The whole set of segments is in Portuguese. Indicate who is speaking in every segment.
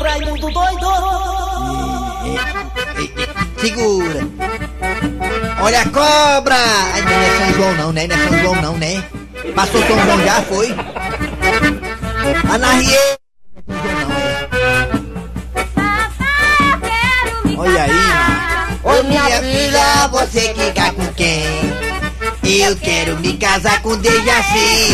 Speaker 1: Raimundo doido!
Speaker 2: Ei, ei, ei, Segura! Olha a cobra! Ai, não é São João não, né? Não é São João não, né? Passou São João já, foi? Anarriê!
Speaker 3: Papai, eu quero me
Speaker 2: Olha aí,
Speaker 3: casar.
Speaker 2: Ô minha filha, você que quer com quem? Eu quero me casar com Dejaci.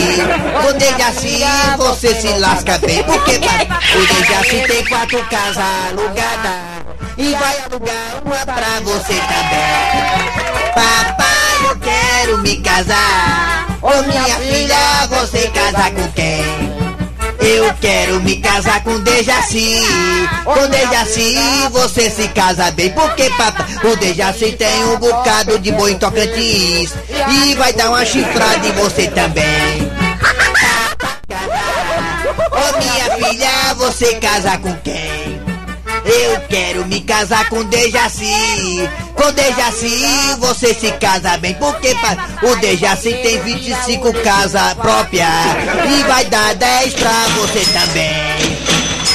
Speaker 2: Com Dejaci você se lasca bem. Porque pa- o Dejaci tem quatro casas alugadas. E vai alugar uma pra você também. Papai, eu quero me casar. Ô minha filha, você casar com quem? Eu quero me casar com Dejaci. Com Dejaci você se casa bem. Porque, papai, o Dejaci tem um bocado de boi em Tocantins. E vai dar uma chifrada em você também. Ô minha filha, você casa com quem? Eu quero me casar com Dejaci. Com Dejaci você se casa bem. Porque pa- o Dejaci tem 25 casas próprias. E vai dar 10 pra você também.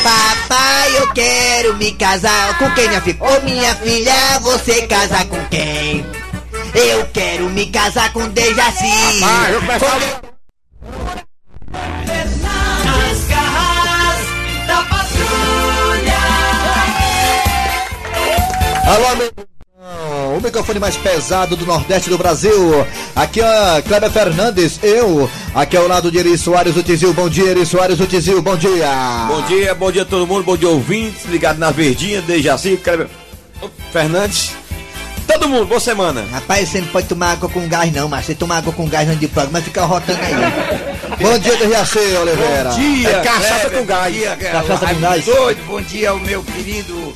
Speaker 2: Papai, eu quero me casar com quem, minha filha? Ô minha filha, você casa com quem? Eu quero me casar com Dejaci.
Speaker 4: Ah, eu começo a...
Speaker 1: Nas garras da patrulha!
Speaker 4: Alô, amigão! O microfone mais pesado do Nordeste do Brasil. Aqui é Cléber Fernandes, eu. Aqui ao lado de Eri Soares, o Tizil. Bom dia, Eri Soares, o Tizil. Bom dia.
Speaker 5: Bom dia, bom dia a todo mundo, bom dia ouvintes, ligado na Verdinha, Dejaci, Kleber, Fernandes, todo mundo, boa semana.
Speaker 2: Rapaz, você não pode tomar água com gás não, mas você tomar água com gás não de programa, fica rotando aí.
Speaker 4: Bom dia, Dejaci, Oliveira.
Speaker 5: Dia,
Speaker 6: Cachaça com gás.
Speaker 4: Cachaça com gás.
Speaker 6: Doido, bom dia ao meu querido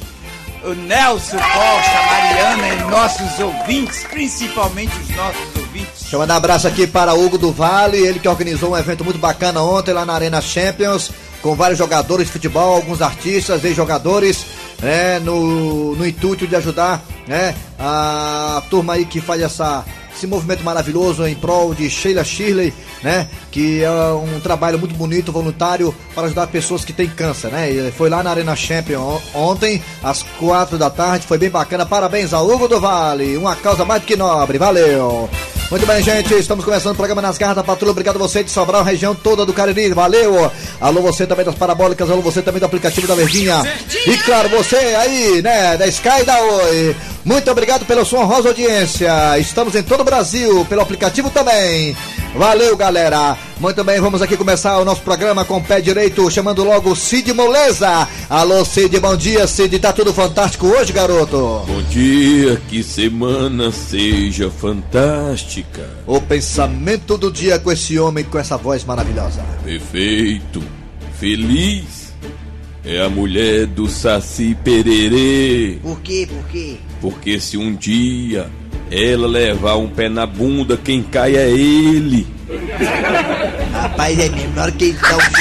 Speaker 6: o Nelson Costa, Mariana e nossos ouvintes, principalmente os nossos ouvintes.
Speaker 4: Deixa eu mandar um abraço aqui para Hugo do Vale, ele que organizou um evento muito bacana ontem lá na Arena Champions, com vários jogadores de futebol, alguns artistas e jogadores, né, no, no intuito de ajudar né, a turma aí que faz essa, esse movimento maravilhoso em prol de Sheila Shirley, né, que é um trabalho muito bonito, voluntário, para ajudar pessoas que têm câncer. Né, e foi lá na Arena Champions ontem, às quatro da tarde, foi bem bacana. Parabéns a Hugo do Vale, uma causa mais do que nobre, valeu! Muito bem, gente, estamos começando o programa Nas Garras da Patrulha. Obrigado a você de Sobral, região toda do Cariri. Valeu! Alô, você também das Parabólicas, alô, você também do aplicativo da Verdinha. E claro, você aí, né, da Sky e da Oi. Muito obrigado pela sua honrosa audiência. Estamos em todo o Brasil, pelo aplicativo também. Valeu, galera. Muito bem, vamos aqui começar o nosso programa com o pé direito, chamando logo o Cid Moleza. Alô, Cid, bom dia, Cid. Tá tudo fantástico hoje, garoto?
Speaker 5: Bom dia, que semana seja fantástica,
Speaker 4: O pensamento do dia com esse homem com essa voz maravilhosa.
Speaker 5: perfeito, feliz, é a mulher do Saci Pererê,
Speaker 2: Por quê? Por quê?
Speaker 5: porque se um dia ela levar um pé na bunda, quem cai é ele.
Speaker 2: Rapaz, é mesmo, na hora que ele dá um chute,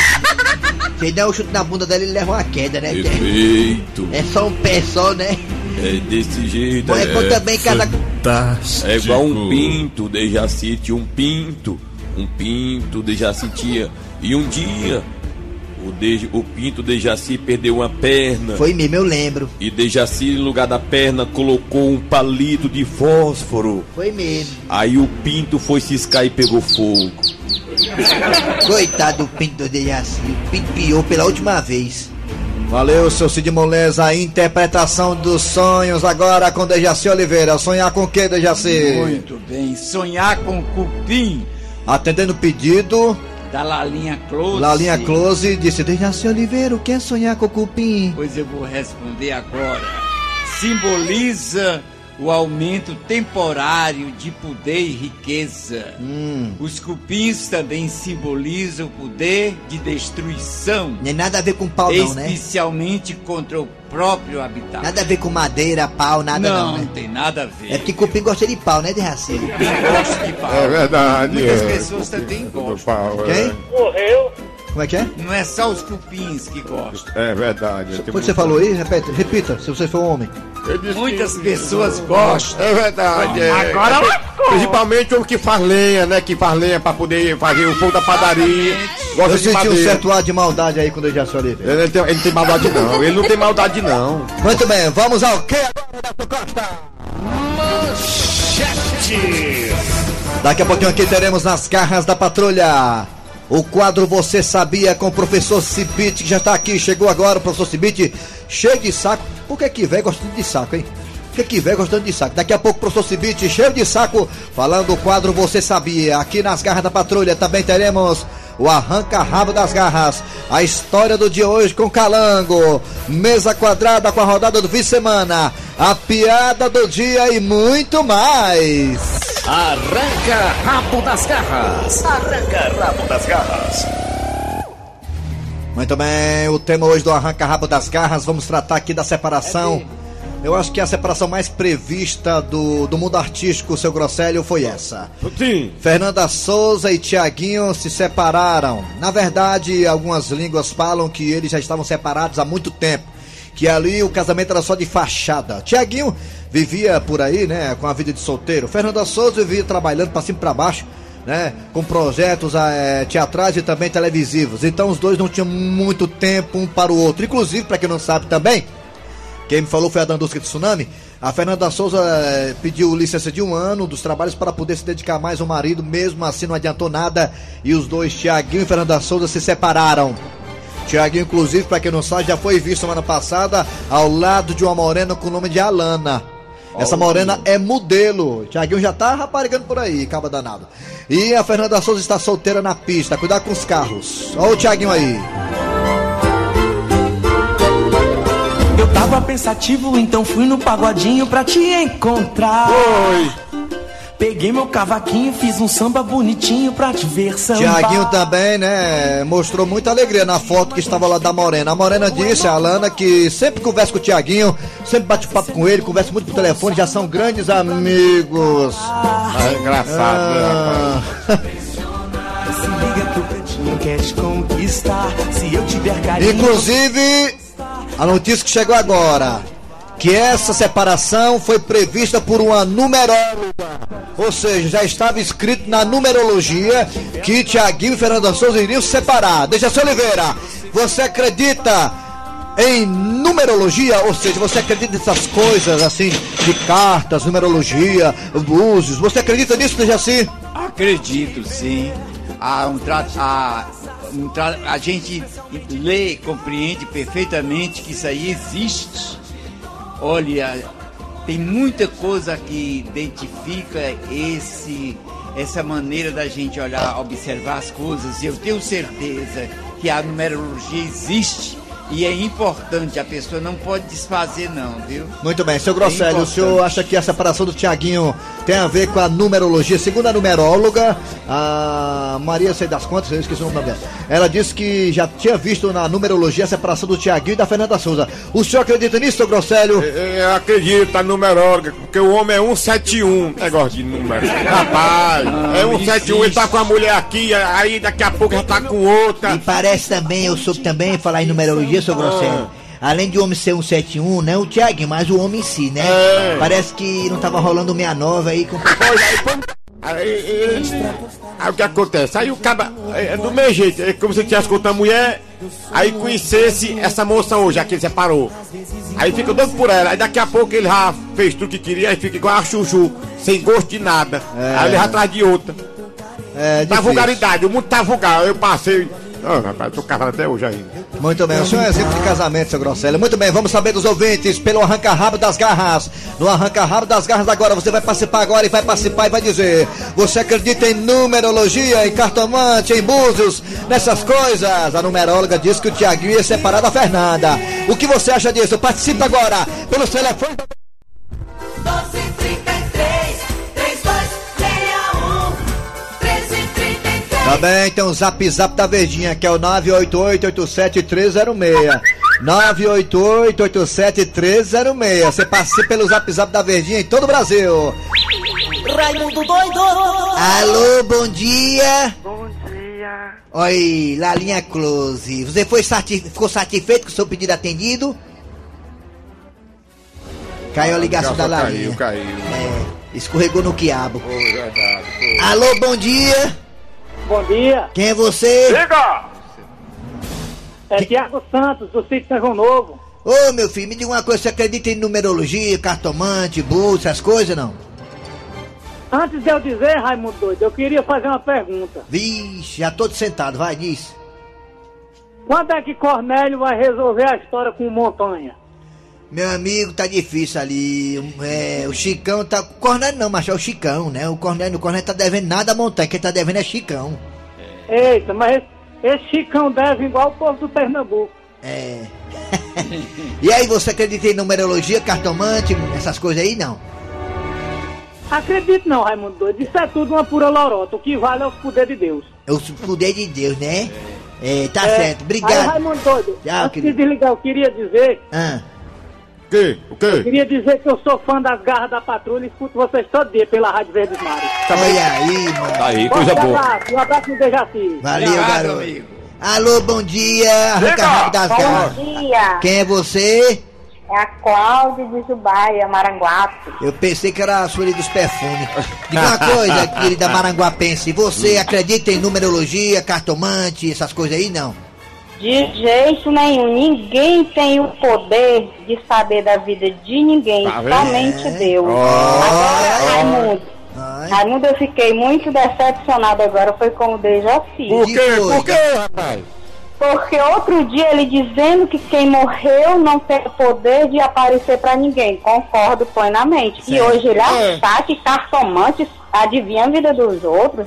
Speaker 2: se ele der um chute na bunda dela, ele leva uma queda, né?
Speaker 5: Perfeito,
Speaker 2: É só um pé só, né?
Speaker 5: é desse jeito.
Speaker 2: Mas é quando também cada...
Speaker 5: É igual um pinto, Dejaci tinha um pinto, um pinto, Dejaci tinha. E um dia, o, de, o pinto Dejaci perdeu uma perna.
Speaker 2: Foi mesmo, eu lembro.
Speaker 5: E Dejaci, no lugar da perna, colocou um palito de fósforo.
Speaker 2: Foi mesmo.
Speaker 5: Aí o pinto foi ciscar e pegou fogo.
Speaker 2: Coitado do pinto do Dejaci. O pinto piou pela última vez.
Speaker 4: Valeu, seu Cid Moleza, a interpretação dos sonhos agora com Dejaci Oliveira. Sonhar com o que, Dejaci?
Speaker 6: Muito bem, sonhar com o cupim
Speaker 4: Atendendo o pedido,
Speaker 6: da Lalinha Close.
Speaker 4: Lalinha Close disse: Dejaci Oliveira, o que é sonhar com o cupim?
Speaker 6: Pois eu vou responder agora. Simboliza o aumento temporário de poder e riqueza.
Speaker 2: Hum.
Speaker 6: Os cupins também simbolizam o poder de destruição,
Speaker 2: Nem é nada a ver com pau, não, né?
Speaker 6: especialmente contra o próprio habitat.
Speaker 2: Nada a ver com madeira, pau, nada
Speaker 6: não,
Speaker 2: não,
Speaker 6: não
Speaker 2: né?
Speaker 6: tem nada a ver.
Speaker 2: É porque cupim gosta de pau, né, Dejaci?
Speaker 7: É
Speaker 6: Quem gosta de pau.
Speaker 4: verdade.
Speaker 7: É.
Speaker 6: Muitas pessoas também gostam.
Speaker 4: Quem?
Speaker 7: Morreu.
Speaker 4: Como é que é?
Speaker 6: Não é só os cupins que gostam.
Speaker 7: É verdade. tem
Speaker 4: Quando você falou aí, repete, repita, se você for homem.
Speaker 7: muito- Eu disse que-
Speaker 6: Muitas pessoas gostam.
Speaker 7: É verdade. é.
Speaker 6: Agora lascou.
Speaker 7: Principalmente o que faz lenha, né? Que faz lenha pra poder fazer o fogo da padaria. Gosta
Speaker 4: Eu
Speaker 7: de
Speaker 4: senti um
Speaker 7: madeira.
Speaker 4: certo ar de maldade aí quando eu já sou ali.
Speaker 7: Ele, não tem, ele não tem maldade não. Ele não tem maldade não.
Speaker 4: Muito bem, vamos ao que agora, Neto Costa? Daqui a pouquinho aqui teremos nas garras da patrulha. O quadro Você Sabia com o professor Cibite, que já está aqui, chegou agora, o professor Cibite, cheio de saco. Por que que vem gostando de saco, hein? Por que que vem gostando de saco? Daqui a pouco o professor Cibite, cheio de saco, falando o quadro Você Sabia. Aqui nas garras da patrulha também teremos o arranca-rabo das garras. A história do dia hoje com Calango. Mesa quadrada com a rodada do fim de semana. A piada do dia e muito mais.
Speaker 8: Arranca rabo das garras. Arranca rabo das garras.
Speaker 4: Muito bem, o tema hoje do arranca-rabo das garras, vamos tratar aqui da separação. Eu acho que a separação mais prevista do, do mundo artístico, seu Grosselio, foi essa.
Speaker 7: Sim.
Speaker 4: Fernanda Souza e Tiaguinho se separaram. Na verdade, algumas línguas falam que eles já estavam separados há muito tempo. Que ali o casamento era só de fachada. Tiaguinho vivia por aí, né, com a vida de solteiro. Fernanda Souza vivia trabalhando pra cima e pra baixo, né, com projetos eh, teatrais e também televisivos. Então os dois não tinham muito tempo um para o outro. Inclusive, pra quem não sabe também, quem me falou foi a Dandusca de Tsunami. A Fernanda Souza eh, pediu licença de um ano dos trabalhos para poder se dedicar mais ao marido, mesmo assim não adiantou nada. E os dois, Tiaguinho e Fernanda Souza, se separaram. Tiaguinho, inclusive, para quem não sabe, já foi visto semana passada ao lado de uma morena com o nome de Alana. Essa morena é modelo. Tiaguinho já tá raparigando por aí, caba danado. E a Fernanda Souza está solteira na pista. Cuidado com os carros. Olha o Tiaguinho aí.
Speaker 1: Eu tava pensativo, então fui no pagodinho pra te encontrar. Peguei meu cavaquinho, fiz um samba bonitinho pra te ver sambar.
Speaker 4: Tiaguinho tá- também, né? Mostrou muita alegria na foto que estava lá da Morena. A Morena disse, a Alana, que sempre conversa com o Tiaguinho, sempre bate papo com ele, conversa muito por telefone, já são grandes amigos.
Speaker 7: Ah, engraçado, né, rapaz?
Speaker 4: Ah,
Speaker 1: Se liga que o pretinho quer te conquistar. Se eu te der carinho...
Speaker 4: inclusive, a notícia que chegou agora. Que essa separação foi prevista por uma numeróloga. Ou seja, já estava escrito na numerologia que Tiaguinho e Fernanda Souza iriam se separar. Deixa seu Oliveira, você acredita em numerologia, ou seja, você acredita nessas coisas assim, de cartas, numerologia, búzios, você acredita nisso, Dejaci?
Speaker 6: Acredito, sim. Há um tra... há um tra- A gente lê, compreende perfeitamente que isso aí existe. Olha, tem muita coisa que identifica esse essa maneira da gente olhar, observar as coisas. E eu tenho certeza que a numerologia existe e é importante. A pessoa não pode desfazer, não, viu?
Speaker 4: Muito bem, seu Grosselio, o
Speaker 6: importante.
Speaker 4: senhor acha que a separação do Tiaguinho tem a ver com a numerologia? Segundo a numeróloga, a Maria, sei das contas, eu esqueci o nome dela. Ela disse que já tinha visto na numerologia a separação do Tiaguinho e da Fernanda Souza. O senhor acredita nisso, seu Grosselio?
Speaker 7: Eu eu acredito, a numeróloga, porque o homem é 171. Negócio É, de número. Rapaz,
Speaker 4: Ah,
Speaker 7: é 171, ele tá com a mulher aqui, aí daqui a pouco já tá com outra.
Speaker 2: parece também, eu soube também falar em numerologia, seu Grosselio. Além de o homem ser 171, não né, o Tiaguinho, mas o homem em si, né?
Speaker 7: É.
Speaker 2: Parece que não tava rolando 69 aí com.
Speaker 7: Pois aí, pô, aí, aí, aí o que acontece? Aí o cara, do mesmo jeito, é como se tivesse com outra mulher, aí conhecesse essa moça hoje, a que ele separou. Aí fica doido por ela, aí daqui a pouco ele já fez tudo que queria, aí fica igual a chuchu, sem gosto de nada. Aí ele já atrás de outra.
Speaker 4: É,
Speaker 7: Tá
Speaker 4: difícil.
Speaker 7: vulgaridade, o mundo tá vulgar. Eu passei. Ah, rapaz, tô casado até hoje ainda.
Speaker 4: Muito bem, o senhor é exemplo de casamento, seu Grosselio. Muito bem, vamos saber dos ouvintes pelo arranca-rabo das garras. No arranca-rabo das garras agora, você vai participar agora e vai participar e vai dizer: Você acredita em numerologia, em cartomante, em búzios, nessas coisas? A numeróloga disse que o Tiaguinho ia separar da Fernanda. O que você acha disso? Participa agora pelo telefone.
Speaker 1: 1233, 3261, 1333.
Speaker 4: Tá bem, tem um zap zap da Verdinha, que é o 988-87306. 988-87306. Você participa pelo zap zap da Verdinha em todo o Brasil.
Speaker 1: Raimundo doido!
Speaker 2: Alô, bom dia!
Speaker 9: Bom dia.
Speaker 2: Oi, Lalinha Close. Você foi sati- ficou satisfeito com o seu pedido atendido? Caiu
Speaker 7: Ah,
Speaker 2: a ligação da Lalinha.
Speaker 7: Caiu, caiu.
Speaker 2: É, escorregou no quiabo.
Speaker 7: Foi verdade, foi.
Speaker 2: Alô, bom dia.
Speaker 9: Bom dia,
Speaker 2: Quem é você?
Speaker 7: Diga!
Speaker 9: é Tiago Santos, do Sítio São João Novo.
Speaker 2: Ô, meu filho, me diga uma coisa. Você acredita em numerologia, cartomante, bolsa, essas coisas, não?
Speaker 9: Antes de eu dizer, Raimundo Doido, eu queria fazer uma pergunta.
Speaker 2: Vixe, já tô sentado. Vai, diz.
Speaker 9: Quando é que Cornélio vai resolver a história com o Montanha?
Speaker 2: Meu amigo, tá difícil ali. Um, é, o Chicão tá. O Cornélio não, mas é o Chicão, né? O Cornélio, o Cornélio tá devendo nada a montanha. Quem tá devendo é Chicão.
Speaker 9: Eita, mas esse, esse Chicão deve igual o povo do Pernambuco.
Speaker 2: É. e aí, você acredita em numerologia, cartomante, essas coisas aí? Não.
Speaker 9: Acredito não, Raimundo Doido, isso é tudo uma pura lorota. O que vale é o poder de Deus.
Speaker 2: Eu poder de Deus, né? É, tá
Speaker 9: É.
Speaker 2: certo.
Speaker 9: Aí,
Speaker 2: Obrigado.
Speaker 9: Raimundo Doido,
Speaker 2: Tchau,
Speaker 9: antes de
Speaker 2: querido.
Speaker 9: desligar, eu queria dizer,
Speaker 2: Ah,
Speaker 7: O quê? O quê?
Speaker 9: queria dizer que eu sou fã das garras da patrulha e escuto vocês todo dia pela Rádio Verdes Mares.
Speaker 3: tá
Speaker 2: olha aí, mano.
Speaker 5: Tá aí, coisa
Speaker 9: Forte
Speaker 5: boa.
Speaker 9: abraço, Um abraço no Dejaci.
Speaker 2: Valeu,
Speaker 6: Obrigado,
Speaker 2: garoto.
Speaker 6: amigo.
Speaker 2: Alô, bom dia. Arranca rabo das garras.
Speaker 3: dia.
Speaker 2: Quem é você?
Speaker 3: É a Cláudia de Jubaia, Maranguape.
Speaker 2: Eu pensei que era a Sueli dos perfumes. Diga uma coisa, querida Maranguapense, você acredita em numerologia, cartomante, essas coisas aí? Não.
Speaker 3: De jeito nenhum, ninguém tem o poder de saber da vida de ninguém,
Speaker 7: Tá vendo?
Speaker 3: somente Deus. agora, Raimundo,
Speaker 2: Ai,
Speaker 3: Raimundo, eu fiquei muito decepcionado agora, foi com o Dejaci.
Speaker 7: Por
Speaker 2: Que
Speaker 7: quê?
Speaker 2: foi?
Speaker 7: Por quê, rapaz?
Speaker 3: Porque outro dia ele dizendo que quem morreu não tem o poder de aparecer pra ninguém. Concordo plenamente. E hoje ele ataca e cartomante adivinha a vida dos outros.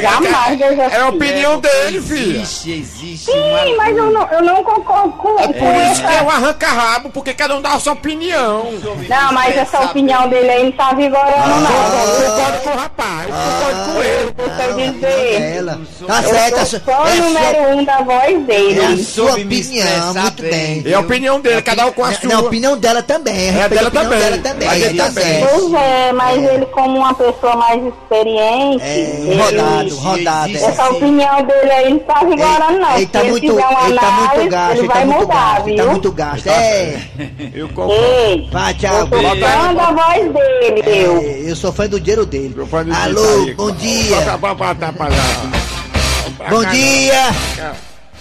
Speaker 3: Jamais Deus
Speaker 7: É a
Speaker 3: assim.
Speaker 7: opinião dele, filha.
Speaker 6: Existe, existe.
Speaker 3: Sim, mas eu não, eu não concordo com
Speaker 7: É
Speaker 3: com
Speaker 7: por isso que é um arranca-rabo, porque cada um dá a sua opinião.
Speaker 3: Não, mas essa opinião dele aí não tá vigorando,
Speaker 7: Eu
Speaker 3: não. É
Speaker 7: concordo com o rapaz, eu concordo com ele.
Speaker 3: Eu sei dizer.
Speaker 2: ela. Tá certo, é
Speaker 3: Eu
Speaker 2: sua,
Speaker 3: sou fã
Speaker 2: é
Speaker 3: número
Speaker 2: sua,
Speaker 3: um da voz
Speaker 2: é a
Speaker 3: dele.
Speaker 2: sua
Speaker 6: soube me
Speaker 2: opinião,
Speaker 6: expressar
Speaker 2: muito bem.
Speaker 6: bem.
Speaker 7: É a opinião dele, cada um com a
Speaker 2: Na, na
Speaker 7: sua.
Speaker 2: é opinião dela também.
Speaker 7: É a
Speaker 2: respeito à
Speaker 7: dela
Speaker 2: opinião
Speaker 7: também.
Speaker 2: dela também.
Speaker 7: A dele
Speaker 2: tá
Speaker 7: também.
Speaker 2: certo.
Speaker 3: Pois é, mas ele como uma pessoa mais experiente,
Speaker 2: É,
Speaker 3: ele-
Speaker 2: rodado, rodado.
Speaker 6: existe.
Speaker 2: É.
Speaker 3: Essa opinião dele aí não tá vigorando, não.
Speaker 2: Ele tá
Speaker 3: Se ele
Speaker 2: muito,
Speaker 3: fizer uma
Speaker 2: ele tá muito
Speaker 3: análise,
Speaker 2: gasto,
Speaker 3: ele
Speaker 2: ele tá
Speaker 3: vai
Speaker 2: muito
Speaker 3: mudar,
Speaker 2: gasto,
Speaker 3: viu?
Speaker 2: ele tá muito gasto. É,
Speaker 5: Eu concordo.
Speaker 3: Ei,
Speaker 2: vai,
Speaker 3: eu
Speaker 2: tchau.
Speaker 3: tô fã da voz dele, eu.
Speaker 2: É, eu sou fã do dinheiro dele.
Speaker 7: Eu falei isso
Speaker 2: Alô,
Speaker 7: aí.
Speaker 2: bom dia.
Speaker 7: Pra- pra- pra- pra- pra lá.
Speaker 2: Bom dia.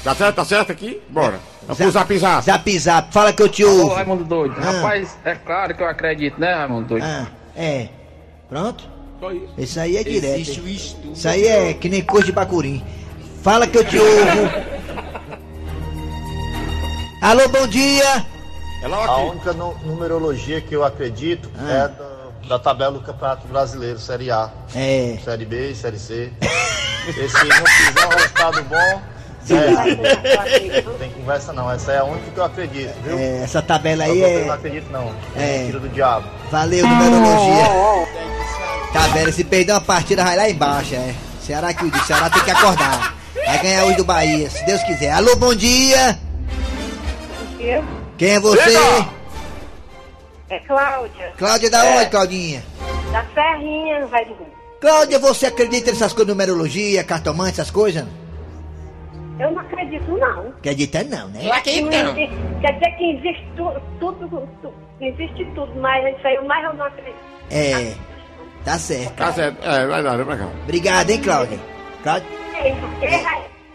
Speaker 7: Tá certo, tá certo aqui? Bora. Vamos pro zap zap.
Speaker 2: Zap zap, fala que eu te
Speaker 10: Ô,
Speaker 2: ouvo.
Speaker 10: Raimundo Doido.
Speaker 2: Ah.
Speaker 10: Rapaz, é claro que eu acredito, né, Raimundo Doido?
Speaker 2: Ah, é. Pronto? Isso aí é direto.
Speaker 6: Existe o
Speaker 2: hein?
Speaker 6: estudo.
Speaker 2: Isso aí é que nem coisa de bacurim. Fala que eu te ouvo. Alô, bom dia.
Speaker 7: É logo aqui.
Speaker 11: única nu- numerologia que eu acredito
Speaker 2: Ah.
Speaker 11: é da, da tabela do Campeonato Brasileiro, Série A,
Speaker 2: É.
Speaker 11: Série B e Série C. Esse não fizer um resultado bom, é, não tem conversa não. Essa é a única que eu acredito, viu?
Speaker 2: é, essa tabela
Speaker 11: Eu
Speaker 2: aí
Speaker 11: não
Speaker 2: é.
Speaker 11: acredito não.
Speaker 2: É.
Speaker 11: É mentira do diabo.
Speaker 2: Valeu, numerologia. Tabela, se perder uma partida, vai lá embaixo, é. Ceará que o diz, Ceará tem que acordar. Vai ganhar hoje do Bahia, se Deus quiser. Alô, bom dia. Quem é você?
Speaker 3: É Cláudia,
Speaker 2: Cláudia da onde, Claudinha?
Speaker 3: da Serrinha, vai do
Speaker 2: Cláudia, você acredita nessas coisas, numerologia, cartomante, essas coisas?
Speaker 3: Eu não acredito, não.
Speaker 2: Acredita não, né?
Speaker 3: Quer dizer que existe tudo, existe tudo, mas isso aí eu mais não acredito.
Speaker 2: É, tá certo.
Speaker 7: Tá certo. É, vai lá, vai pra cá.
Speaker 2: Obrigado, hein, Cláudia? Cláudia? É.
Speaker 3: é.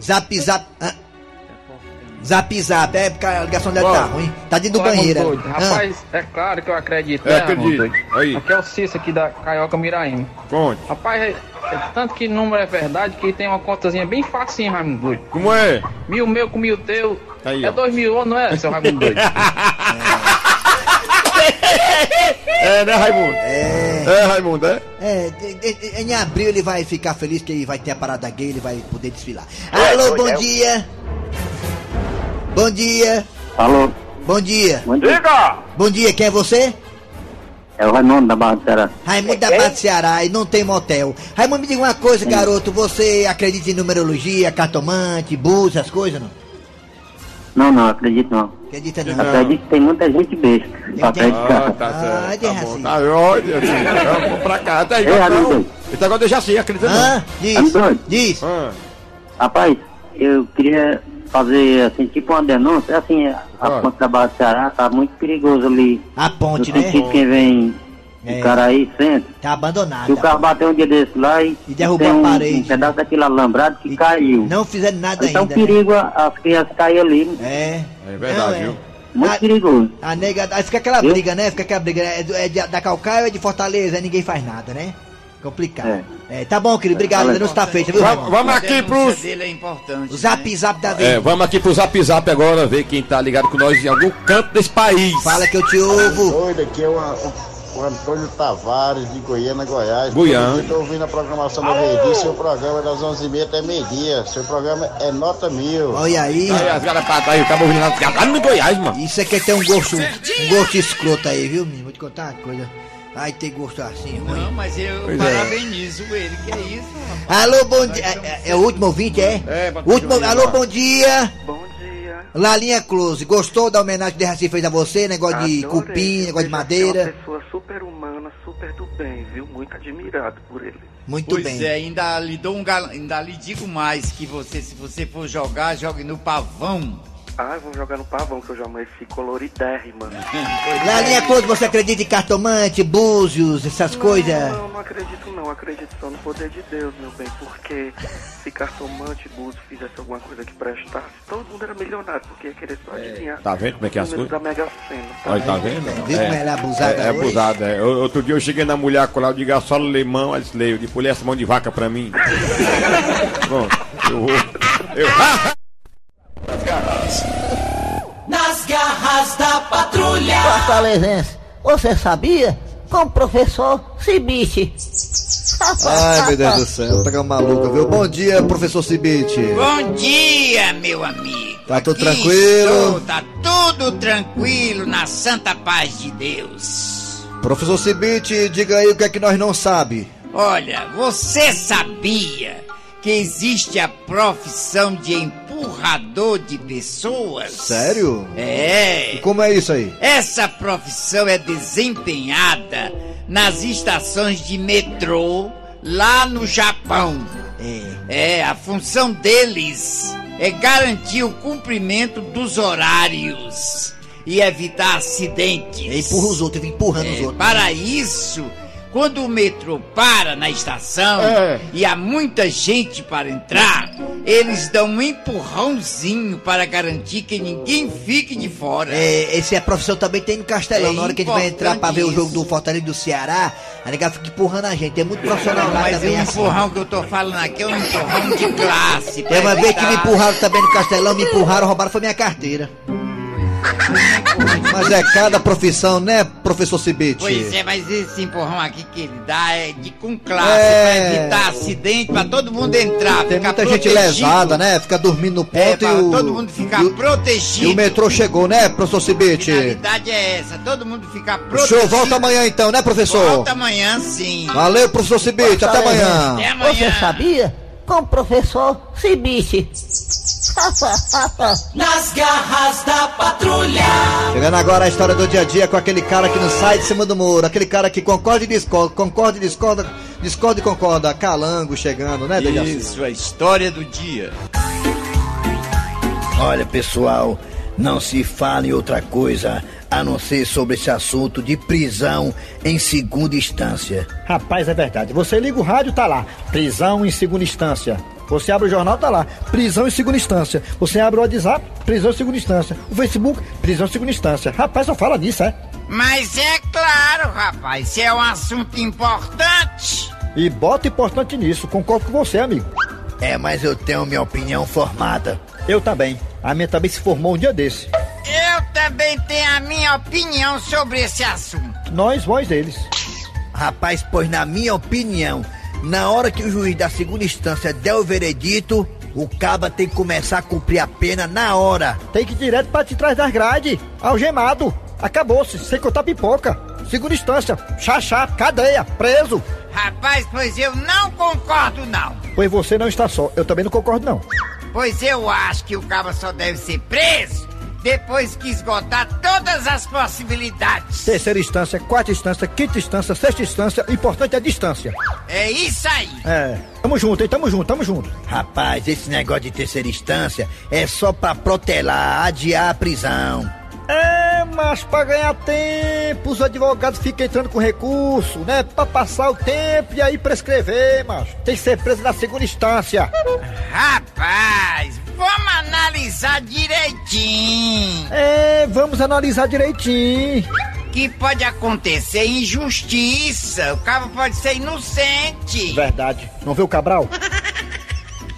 Speaker 2: Zap, zap... hã? Zap, zap, é porque a ligação dela tá
Speaker 10: Ó,
Speaker 2: ruim. Tá dentro
Speaker 10: Ô,
Speaker 2: do
Speaker 10: Raimundo
Speaker 2: banheiro.
Speaker 10: Doido,
Speaker 2: ela. Hã?
Speaker 10: Rapaz, é claro que eu acredito,
Speaker 7: É,
Speaker 10: né, Raimundo
Speaker 7: acredito.
Speaker 10: Doido?
Speaker 7: Aí.
Speaker 10: Aqui é o Cício aqui da Carioca Miraim.
Speaker 7: Conte.
Speaker 10: Rapaz, é, é tanto que número é verdade que tem uma contazinha bem facinha, Raimundo Doido.
Speaker 7: Como é?
Speaker 10: Mil meu com mil teu.
Speaker 7: Tá aí, ó.
Speaker 10: é dois mil, não é, seu Raimundo Doido?
Speaker 7: É, né, Raimundo? É. É, Raimundo, é?
Speaker 2: É, de- de- de- em abril ele vai ficar feliz que ele vai ter a parada gay, ele vai poder desfilar. Alô, bom
Speaker 10: é
Speaker 2: dia. Bom dia.
Speaker 12: Alô,
Speaker 2: Bom dia.
Speaker 7: Diga!
Speaker 2: Bom dia, quem é você?
Speaker 12: é o Raimundo da Barra do Ceará.
Speaker 2: Raimundo da Barra do Ceará e não tem motel. Raimundo, me diga uma coisa, garoto. Você acredita em numerologia, cartomante, bolsa, essas coisas, não?
Speaker 12: Não, não, acredito não.
Speaker 2: Acredita
Speaker 7: Não.
Speaker 2: não.
Speaker 12: Acredito que tem muita gente besta pra
Speaker 2: Entendi.
Speaker 12: acreditar.
Speaker 7: Ah, tá
Speaker 2: Ah,
Speaker 7: certo.
Speaker 2: de
Speaker 7: Tá
Speaker 2: racismo.
Speaker 7: bom, tá ótimo. Vamos pra cá. Até aí,
Speaker 12: É,
Speaker 7: então.
Speaker 12: Raimundo.
Speaker 5: tá
Speaker 2: Ah,
Speaker 12: Tá
Speaker 7: Então agora deixa assim, acredita não.
Speaker 2: Hã? Diz,
Speaker 12: Raimundo.
Speaker 2: diz.
Speaker 7: Ah.
Speaker 12: Rapaz, eu queria fazer, assim, tipo uma denúncia. Assim, a
Speaker 7: Ah,
Speaker 2: Claro.
Speaker 12: ponte da Barra do Ceará tá muito perigoso ali.
Speaker 2: A ponte,
Speaker 12: no
Speaker 2: né?
Speaker 12: sentido quem vem
Speaker 2: É.
Speaker 12: de Caraí, centro.
Speaker 2: Tá abandonada.
Speaker 12: E o carro bateu um dia desse lá e,
Speaker 2: derrubou
Speaker 12: tem
Speaker 2: a
Speaker 12: um,
Speaker 2: parede.
Speaker 12: um pedaço daquele alambrado que caiu.
Speaker 2: Não fizeram nada
Speaker 12: então,
Speaker 2: ainda. né?
Speaker 12: perigo a- as crianças caírem ali.
Speaker 2: É.
Speaker 5: É
Speaker 2: verdade, Não, é. viu?
Speaker 12: Muito
Speaker 2: Ah,
Speaker 12: perigoso.
Speaker 2: A nega, aí fica aquela
Speaker 12: Eu?
Speaker 2: briga, né? Fica aquela briga. É, do- é de- da Calcaia ou é de Fortaleza? Aí ninguém faz nada, né? Complicado. É, tá bom, querido. Obrigado.
Speaker 6: Valeu.
Speaker 2: A denúncia tá feita, viu?
Speaker 6: Vamos-
Speaker 2: Raimundo?
Speaker 6: vamos
Speaker 12: né?
Speaker 6: aqui A denúncia pros-
Speaker 2: O
Speaker 6: dele é importante.
Speaker 2: zap zap da
Speaker 5: É,
Speaker 2: vez.
Speaker 5: vamos aqui pro Zap Zap agora, ver quem tá ligado com nós em algum canto desse país.
Speaker 2: Fala que eu te ouvo.
Speaker 11: Doido, aqui é uma- o Antônio Tavares, de Goiânia, Goiás.
Speaker 5: Goiânia.
Speaker 11: Estou ouvindo a programação da Verdinha. Seu programa é das 11h30 até meio-dia. Seu programa é nota mil.
Speaker 2: Olha aí.
Speaker 5: Aí, as garapatas aí, o cabo ouvindo as garapatas lá no Goiás, mano.
Speaker 2: Isso é que tem um gosto, um gosto escroto aí, viu, menino? Vou te contar uma coisa. Ai, tem gosto assim, ruim.
Speaker 6: Não, mas eu
Speaker 2: Pois é.
Speaker 6: parabenizo ele, que é isso, rapaz.
Speaker 2: Alô, bom dia. É, é- é o último ouvinte, é?
Speaker 6: É, pra-
Speaker 2: último,
Speaker 6: pra-
Speaker 2: Alô, bom dia. Bom dia. Lalinha Close, gostou da homenagem que o Dejaci fez a você? Negócio de
Speaker 13: Adorei.
Speaker 2: cupim, negócio
Speaker 13: Ele
Speaker 2: de
Speaker 13: é uma
Speaker 2: madeira.
Speaker 13: pessoa super humana, super do bem, viu? Muito admirado por ele.
Speaker 2: Muito
Speaker 6: pois
Speaker 2: bem.
Speaker 6: é, ainda lhe, dou um gal... ainda lhe digo mais que você, se você for jogar, jogue no pavão.
Speaker 13: Ah, eu vou jogar no pavão, que eu já amanheci coloridérrima.
Speaker 2: Lalinha Close, você acredita em cartomante, búzios, essas coisas?
Speaker 13: Não, não acredito não, acredito só no poder de Deus, meu bem, porque se cartomante, Buzo fizesse alguma coisa que prestasse, todo mundo era milionário, porque ia querer só adivinhar.
Speaker 5: Tá vendo como é que é as
Speaker 13: o número
Speaker 5: coisas?
Speaker 13: Da Mega Sena.
Speaker 5: Olha, tá vendo?
Speaker 2: Viu como ela é abusada
Speaker 5: É, é
Speaker 2: hoje?
Speaker 5: abusada, é. O- Outro dia eu cheguei na mulher com lá, eu digo, "Ah, só limão, ela disse, leio, de pulei essa mão de vaca pra mim. Bom, eu vou. Eu.
Speaker 14: Nas garras da patrulha.
Speaker 15: Fortalezense, você sabia? Como professor Cibite.
Speaker 4: Ai, meu Deus do céu, tá com uma maluca, viu? Bom dia, professor Cibite.
Speaker 6: Bom dia, meu amigo.
Speaker 4: Tá tudo
Speaker 6: Aqui
Speaker 4: tranquilo?
Speaker 6: estou, tá tudo tranquilo na santa paz de Deus.
Speaker 4: Professor Cibite, diga aí o que é que nós não sabe.
Speaker 6: Olha, você sabia que existe a profissão de empurrador de pessoas?
Speaker 4: Sério?
Speaker 6: É.
Speaker 4: E como é isso aí?
Speaker 6: Essa profissão é desempenhada nas estações de metrô lá no Japão. É, a função deles é garantir o cumprimento dos horários e evitar acidentes.
Speaker 2: Empurra os outros, fica empurrando os
Speaker 6: É,
Speaker 2: outros.
Speaker 6: Para isso, quando o metrô para na estação
Speaker 2: É.
Speaker 6: e há muita gente para entrar, eles dão um empurrãozinho para garantir que ninguém fique de fora.
Speaker 2: É, essa é a profissão também tem no Castelão.
Speaker 6: É
Speaker 2: Na hora que a gente vai entrar pra ver o
Speaker 6: importante
Speaker 2: jogo do Fortaleza e do Ceará, a nega fica empurrando a gente. Tem muito profissional lá
Speaker 6: Mas o
Speaker 2: também assim.
Speaker 6: empurrão que eu tô falando aqui é um empurrão de classe.
Speaker 4: É,
Speaker 6: tá?
Speaker 2: Tem uma
Speaker 6: pra
Speaker 2: vez que me
Speaker 6: evitar-
Speaker 2: empurraram também no Castelão, me empurraram, roubaram foi minha carteira.
Speaker 4: Mas é cada profissão, né, professor Cibite?
Speaker 6: Pois é, mas esse empurrão aqui que ele dá é de com classe,
Speaker 4: É.
Speaker 6: pra evitar acidente, pra todo mundo entrar,
Speaker 4: Tem
Speaker 6: ficar
Speaker 4: muita gente
Speaker 6: protegido.
Speaker 4: lesada, né? Fica dormindo no ponto
Speaker 6: É,
Speaker 4: e
Speaker 6: pra
Speaker 4: o...
Speaker 6: todo mundo ficar
Speaker 4: E
Speaker 6: protegido.
Speaker 4: o metrô chegou, né, professor Cibite?
Speaker 6: A verdade é essa, todo mundo ficar
Speaker 4: O
Speaker 6: protegido.
Speaker 4: senhor volta amanhã então, né, professor?
Speaker 6: Volta amanhã sim.
Speaker 4: Valeu, professor Cibite, até amanhã.
Speaker 6: Até amanhã.
Speaker 15: Você sabia? Como professor Cibite.
Speaker 14: Nas garras da patrulha.
Speaker 4: Chegando agora a história do dia a dia com aquele cara que não sai de cima do muro, aquele cara que concorda e discorda, concorda e discorda, discorda e concorda, calango chegando, né, Dejaci?
Speaker 6: Isso, a história do dia.
Speaker 16: Olha, pessoal, não se fala em outra coisa a não ser sobre esse assunto de prisão em segunda instância.
Speaker 17: Rapaz, é verdade. Você liga o rádio, tá lá. Prisão em segunda instância. Você abre o jornal, tá lá. Prisão em segunda instância. Você abre o WhatsApp, prisão em segunda instância. O Facebook, prisão em segunda instância. Rapaz, só fala nisso, é?
Speaker 6: Mas é claro, rapaz, se é um assunto importante.
Speaker 17: E bota importante nisso. Concordo com você, amigo.
Speaker 16: É, mas eu tenho minha opinião formada.
Speaker 17: Eu também. A minha também se formou um dia desse.
Speaker 6: Eu também tenho a minha opinião sobre esse assunto.
Speaker 17: Nós, voz deles.
Speaker 16: Rapaz, pois na minha opinião, na hora que o juiz da segunda instância der o veredito, o caba tem que começar a cumprir a pena na hora.
Speaker 17: Tem que ir direto pra te trás das grades. Algemado. Acabou-se. Sem contar pipoca. Segunda instância. Chachá. Cadeia. Preso.
Speaker 6: Rapaz, pois eu não concordo não.
Speaker 17: Pois você não está só. Eu também não concordo, não.
Speaker 6: Pois eu acho que o cara só deve ser preso
Speaker 18: depois que esgotar todas as possibilidades.
Speaker 17: Terceira instância, quarta instância, quinta instância, sexta instância, o importante é a distância.
Speaker 18: É isso aí.
Speaker 17: É. Tamo junto, hein? Tamo junto, tamo junto.
Speaker 16: Rapaz, esse negócio de terceira instância é só pra protelar, adiar a prisão.
Speaker 17: É, mas pra ganhar tempo, os advogados ficam entrando com recurso, né? Pra passar o tempo e aí prescrever, mas tem que ser preso na segunda instância.
Speaker 18: Rapaz, vamos analisar direitinho.
Speaker 17: É, vamos analisar direitinho.
Speaker 18: Que pode acontecer injustiça. O cara pode ser inocente.
Speaker 17: Verdade. Não viu o Cabral?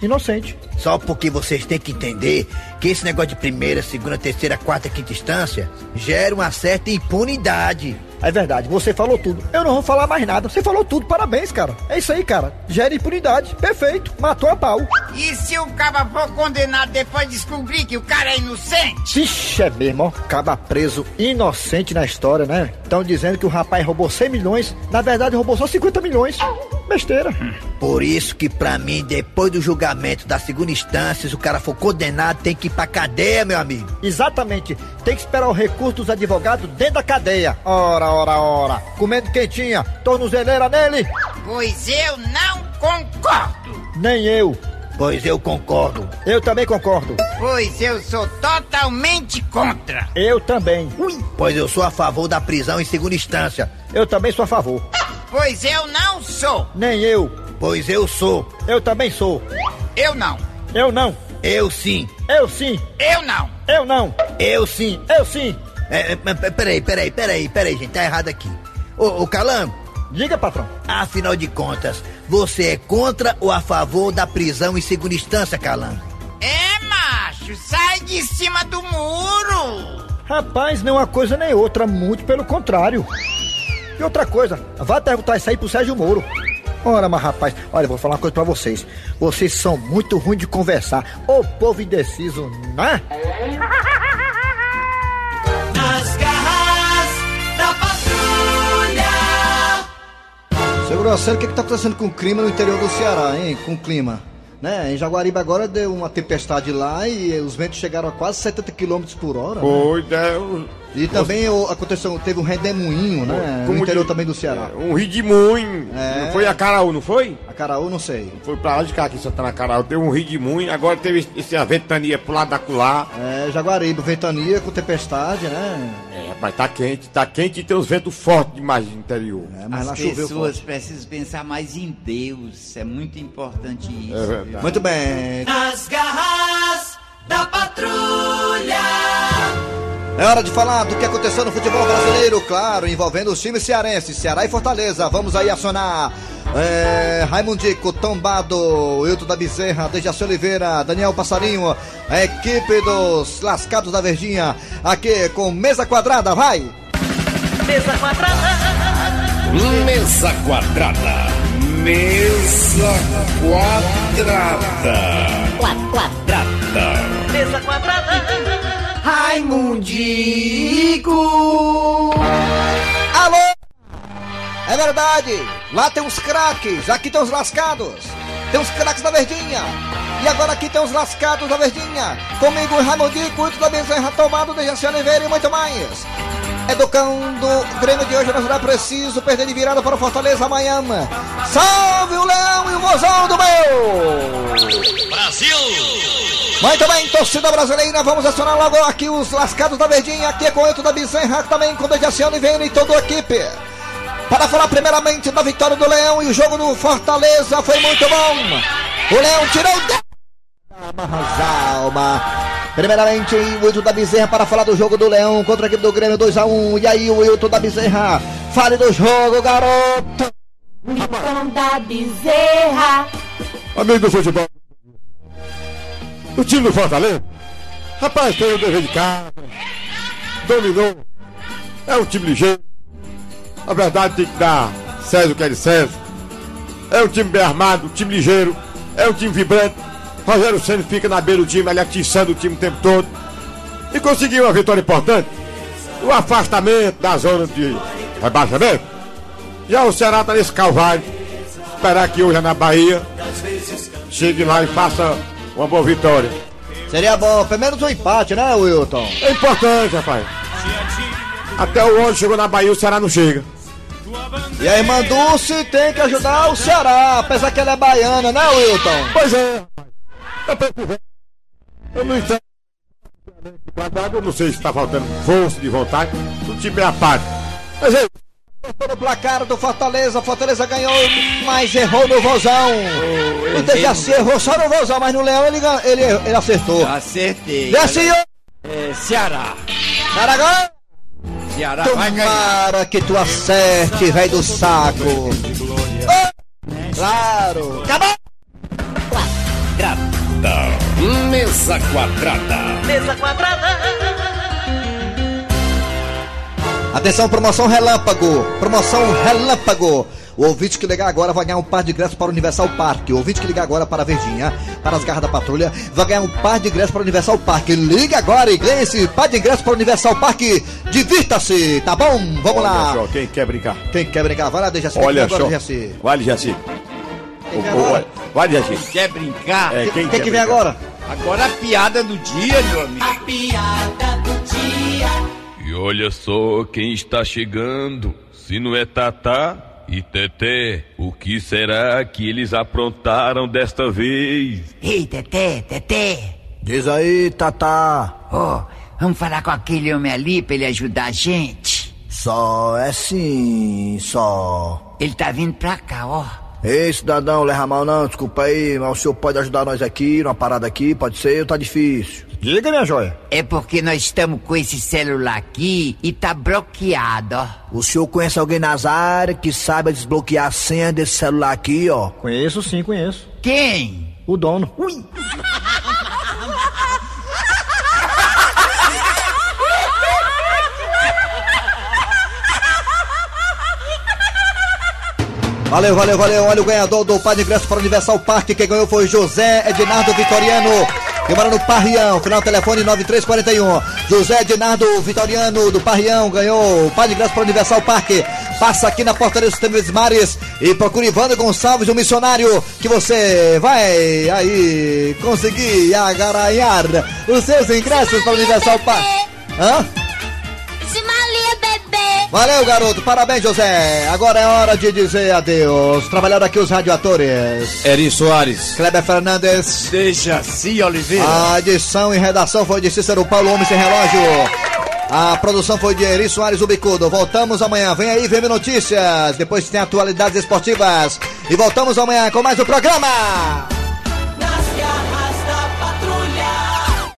Speaker 17: Inocente.
Speaker 16: Só porque vocês têm que entender que esse negócio de primeira, segunda, terceira, quarta, quinta instância gera uma certa impunidade.
Speaker 17: É verdade, você falou tudo. Eu não vou falar mais nada. Você falou tudo, parabéns, cara. É isso aí, cara. Gera impunidade. Perfeito. Matou a pau.
Speaker 18: E se o cara for condenado depois descobrir que o cara é inocente?
Speaker 17: Vixe, é mesmo, ó. Acaba preso inocente na história, né? Estão dizendo que o rapaz roubou 100 milhões. Na verdade, roubou só 50 milhões. Besteira.
Speaker 16: Hum. Por isso que pra mim, depois do julgamento da segunda instância, se o cara for condenado, tem que ir pra cadeia, meu amigo.
Speaker 17: Exatamente. Tem que esperar o recurso dos advogados dentro da cadeia. Ora, ora, ora. Comendo quentinha, tornozeleira nele.
Speaker 18: Pois eu não concordo.
Speaker 17: Nem eu.
Speaker 16: Pois eu concordo.
Speaker 17: Eu também concordo.
Speaker 18: Pois eu sou totalmente contra.
Speaker 17: Eu também.
Speaker 16: Ui. Pois eu sou a favor da prisão em segunda instância.
Speaker 17: Eu também sou a favor.
Speaker 18: Pois eu não sou.
Speaker 17: Nem eu.
Speaker 16: Pois eu sou.
Speaker 17: Eu também sou.
Speaker 18: Eu não.
Speaker 17: Eu não.
Speaker 16: Eu sim.
Speaker 17: Eu sim.
Speaker 18: Eu não.
Speaker 17: Eu não.
Speaker 16: Eu sim.
Speaker 17: Eu sim.
Speaker 16: É, é, é, peraí, peraí, peraí, peraí, gente, tá errado aqui. Ô, ô Calango.
Speaker 17: Diga, patrão.
Speaker 16: Afinal de contas, você é contra ou a favor da prisão em segunda instância, Calango?
Speaker 18: É, macho, sai de cima do muro.
Speaker 17: Rapaz, não é uma coisa nem outra, muito pelo contrário. E outra coisa, vá perguntar isso aí pro Sérgio Moro. Ora, mas rapaz, olha, eu vou falar uma coisa pra vocês. Vocês são muito ruins de conversar. Ô povo indeciso, né?
Speaker 14: Nas garras da patrulha.
Speaker 4: Seu grosseiro, o que, que tá acontecendo com o clima no interior do Ceará, hein? Com o clima. Né? Em Jaguaribe agora deu uma tempestade lá e os ventos chegaram a quase 70 km por hora. né?
Speaker 7: Foi, né? um-
Speaker 4: E também o- aconteceu, teve um redemoinho, né?
Speaker 7: Como
Speaker 4: no interior
Speaker 7: de-
Speaker 4: também do Ceará.
Speaker 7: um ridimunho.
Speaker 4: É.
Speaker 7: Não foi a Caraú, não foi?
Speaker 17: É.
Speaker 4: A Caraú, não sei.
Speaker 7: Foi pra lá de cá, aqui só tá na Caraú. Teve um ridimunho, agora teve esse, a ventania pro lado da culá.
Speaker 4: É, Jaguaribe, ventania com tempestade, né?
Speaker 7: É, rapaz, tá quente, tá quente e tem uns ventos fortes demais no interior. É,
Speaker 4: mas
Speaker 6: As
Speaker 4: lá Ah, choveu
Speaker 6: pessoas
Speaker 4: forte.
Speaker 6: precisam pensar mais em Deus. É muito importante isso.
Speaker 7: É verdade.
Speaker 4: Muito bem.
Speaker 14: Nas garras da patrulha.
Speaker 4: É hora de falar do que aconteceu no futebol brasileiro, claro, envolvendo os times cearenses, Ceará e Fortaleza. Vamos aí acionar é, Raimundico, Tombado, Hilton da Bezerra, Dejaci Oliveira, Daniel Passarinho, a equipe dos Lascados da Verdinha, aqui com mesa quadrada, vai!
Speaker 14: Mesa quadrada.
Speaker 8: Mesa quadrada. Mesa quadrada. Quadrada.
Speaker 14: Mesa quadrada. Raimundico.
Speaker 4: Alô! É verdade! Lá tem uns craques, aqui tem os lascados! Tem os craques da Verdinha! E agora aqui tem os lascados da Verdinha! Comigo, Raimundinho, Cuito da Bezerra, Tomado, Dejaci Oliveira e muito mais! Educando o Grêmio de hoje, mas não é preciso perder de virada para o Fortaleza amanhã! Salve o Leão e o Mozão do meu! Muito bem, torcida brasileira, vamos acionar logo aqui os lascados da Verdinha, aqui é com o Eto da Bezerra, também com o Dejaci Oliveira e toda a equipe. Para falar primeiramente da vitória do Leão e o jogo do Fortaleza foi muito bom. O Leão tirou 10 Alma. Primeiramente, o Wilton da Bezerra para falar do jogo do Leão contra a equipe do Grêmio 2x1. E aí, o Wilton da Bezerra, fale do jogo, garoto.
Speaker 14: Milton da Bezerra.
Speaker 7: Amigo do futebol. O time do Fortaleza. Rapaz, tem o dever de casa. Dominou. É um time ligeiro. Na verdade, tem que dar César o que é de César. É um time bem armado, um time ligeiro. É um time vibrante. Rogério Senna fica na beira do time, ali atiçando o time o tempo todo. E conseguiu uma vitória importante. O afastamento da zona de rebaixamento. Já o Ceará está nesse calvário. Esperar que hoje é na Bahia chegue lá e faça uma boa vitória.
Speaker 4: Seria bom, pelo menos um empate, né, Wilton?
Speaker 7: É importante, rapaz. Até o ônibus chegou na Bahia, o Ceará não chega.
Speaker 4: E a irmã Dulce tem que ajudar o Ceará, apesar que ela é baiana, né, Wilton?
Speaker 7: Pois é. Eu não entendo. Eu não sei se está faltando força de vontade. O time é apático. Mas é.
Speaker 4: No placar do Fortaleza, Fortaleza ganhou, mas errou no Vozão.
Speaker 6: Oh,
Speaker 4: o Dejaci errou só no Vozão, mas no Leão ele, gan- ele, ele acertou.
Speaker 6: Acertei.
Speaker 4: Desce,
Speaker 6: Olha-
Speaker 4: ô!
Speaker 6: É, Ceará.
Speaker 4: Aragão!
Speaker 6: Ceará vai ganhar.
Speaker 4: Tomara que tu acerte, velho do saco. Ô, Claro! Acabou!
Speaker 8: Mesa quadrada.
Speaker 14: Mesa quadrada.
Speaker 4: Atenção, promoção relâmpago! Promoção relâmpago! O ouvinte que ligar agora vai ganhar um par de ingressos para o Universal Parque. O ouvinte que ligar agora para a Verdinha, para as garras da patrulha, vai ganhar um par de ingressos para o Universal Parque. Liga agora e ganha esse par de ingressos para o Universal Parque. Divirta-se, tá bom? Vamos lá!
Speaker 7: Olha só, quem quer brincar?
Speaker 4: Quem quer brigar? Vai lá, Dejaci.
Speaker 7: Olha
Speaker 4: Quem assim, agora,
Speaker 7: só.
Speaker 4: Dejaci?
Speaker 7: Vale, Jaci.
Speaker 4: Quem quer
Speaker 7: Ô, ô,
Speaker 4: agora?
Speaker 7: olha, Vale, Jaci.
Speaker 6: Quer brincar?
Speaker 7: É,
Speaker 4: Quem, quem
Speaker 7: quem quer
Speaker 4: que vem agora?
Speaker 6: Agora a piada do dia, meu amigo.
Speaker 14: A piada do dia.
Speaker 19: E olha só quem está chegando. Se não é Tatá e Teté, o que será que eles aprontaram desta vez?
Speaker 18: Ei, Tetê, Tetê.
Speaker 16: Diz aí, Tatá.
Speaker 18: Ó, vamos falar com aquele homem ali pra ele ajudar a gente.
Speaker 16: Só é sim, só.
Speaker 18: Ele tá vindo pra cá, ó.
Speaker 16: Ei, cidadão, leva mal não, desculpa aí, mas o senhor pode ajudar nós aqui, numa parada aqui, pode ser, ou tá difícil? Diga, minha joia.
Speaker 18: É porque nós estamos com esse celular aqui e tá bloqueado, ó.
Speaker 16: O senhor conhece alguém nas áreas que saiba desbloquear a senha desse celular aqui, ó?
Speaker 17: Conheço sim, conheço.
Speaker 18: Quem?
Speaker 17: O dono.
Speaker 4: Valeu, valeu, valeu. Olha o ganhador do par de ingressos para o Universal Parque. Quem ganhou foi José Ednardo Vitoriano. Que mora no Parrião, final telefone 9341. José Ednardo Vitoriano do Parrião ganhou o par de ingressos para o Universal Parque. Passa aqui na portaria dos Temes Mares e procure Ivandro Gonçalves, o missionário, que você vai aí conseguir agaranhar os seus ingressos para o Universal Parque. Hã?
Speaker 14: Se malia, bebê.
Speaker 4: Valeu, garoto. Parabéns, José. Agora é hora de dizer adeus. Trabalharam aqui os radioatores.
Speaker 20: Eri Soares.
Speaker 4: Kleber Fernandes.
Speaker 6: Deixa assim, Oliveira.
Speaker 4: A edição e redação foi de Cícero Paulo Homem Sem Relógio. A produção foi de Eri Soares Ubicudo. Voltamos amanhã. Vem aí, VM Notícias. Depois tem atualidades esportivas. E voltamos amanhã com mais um programa.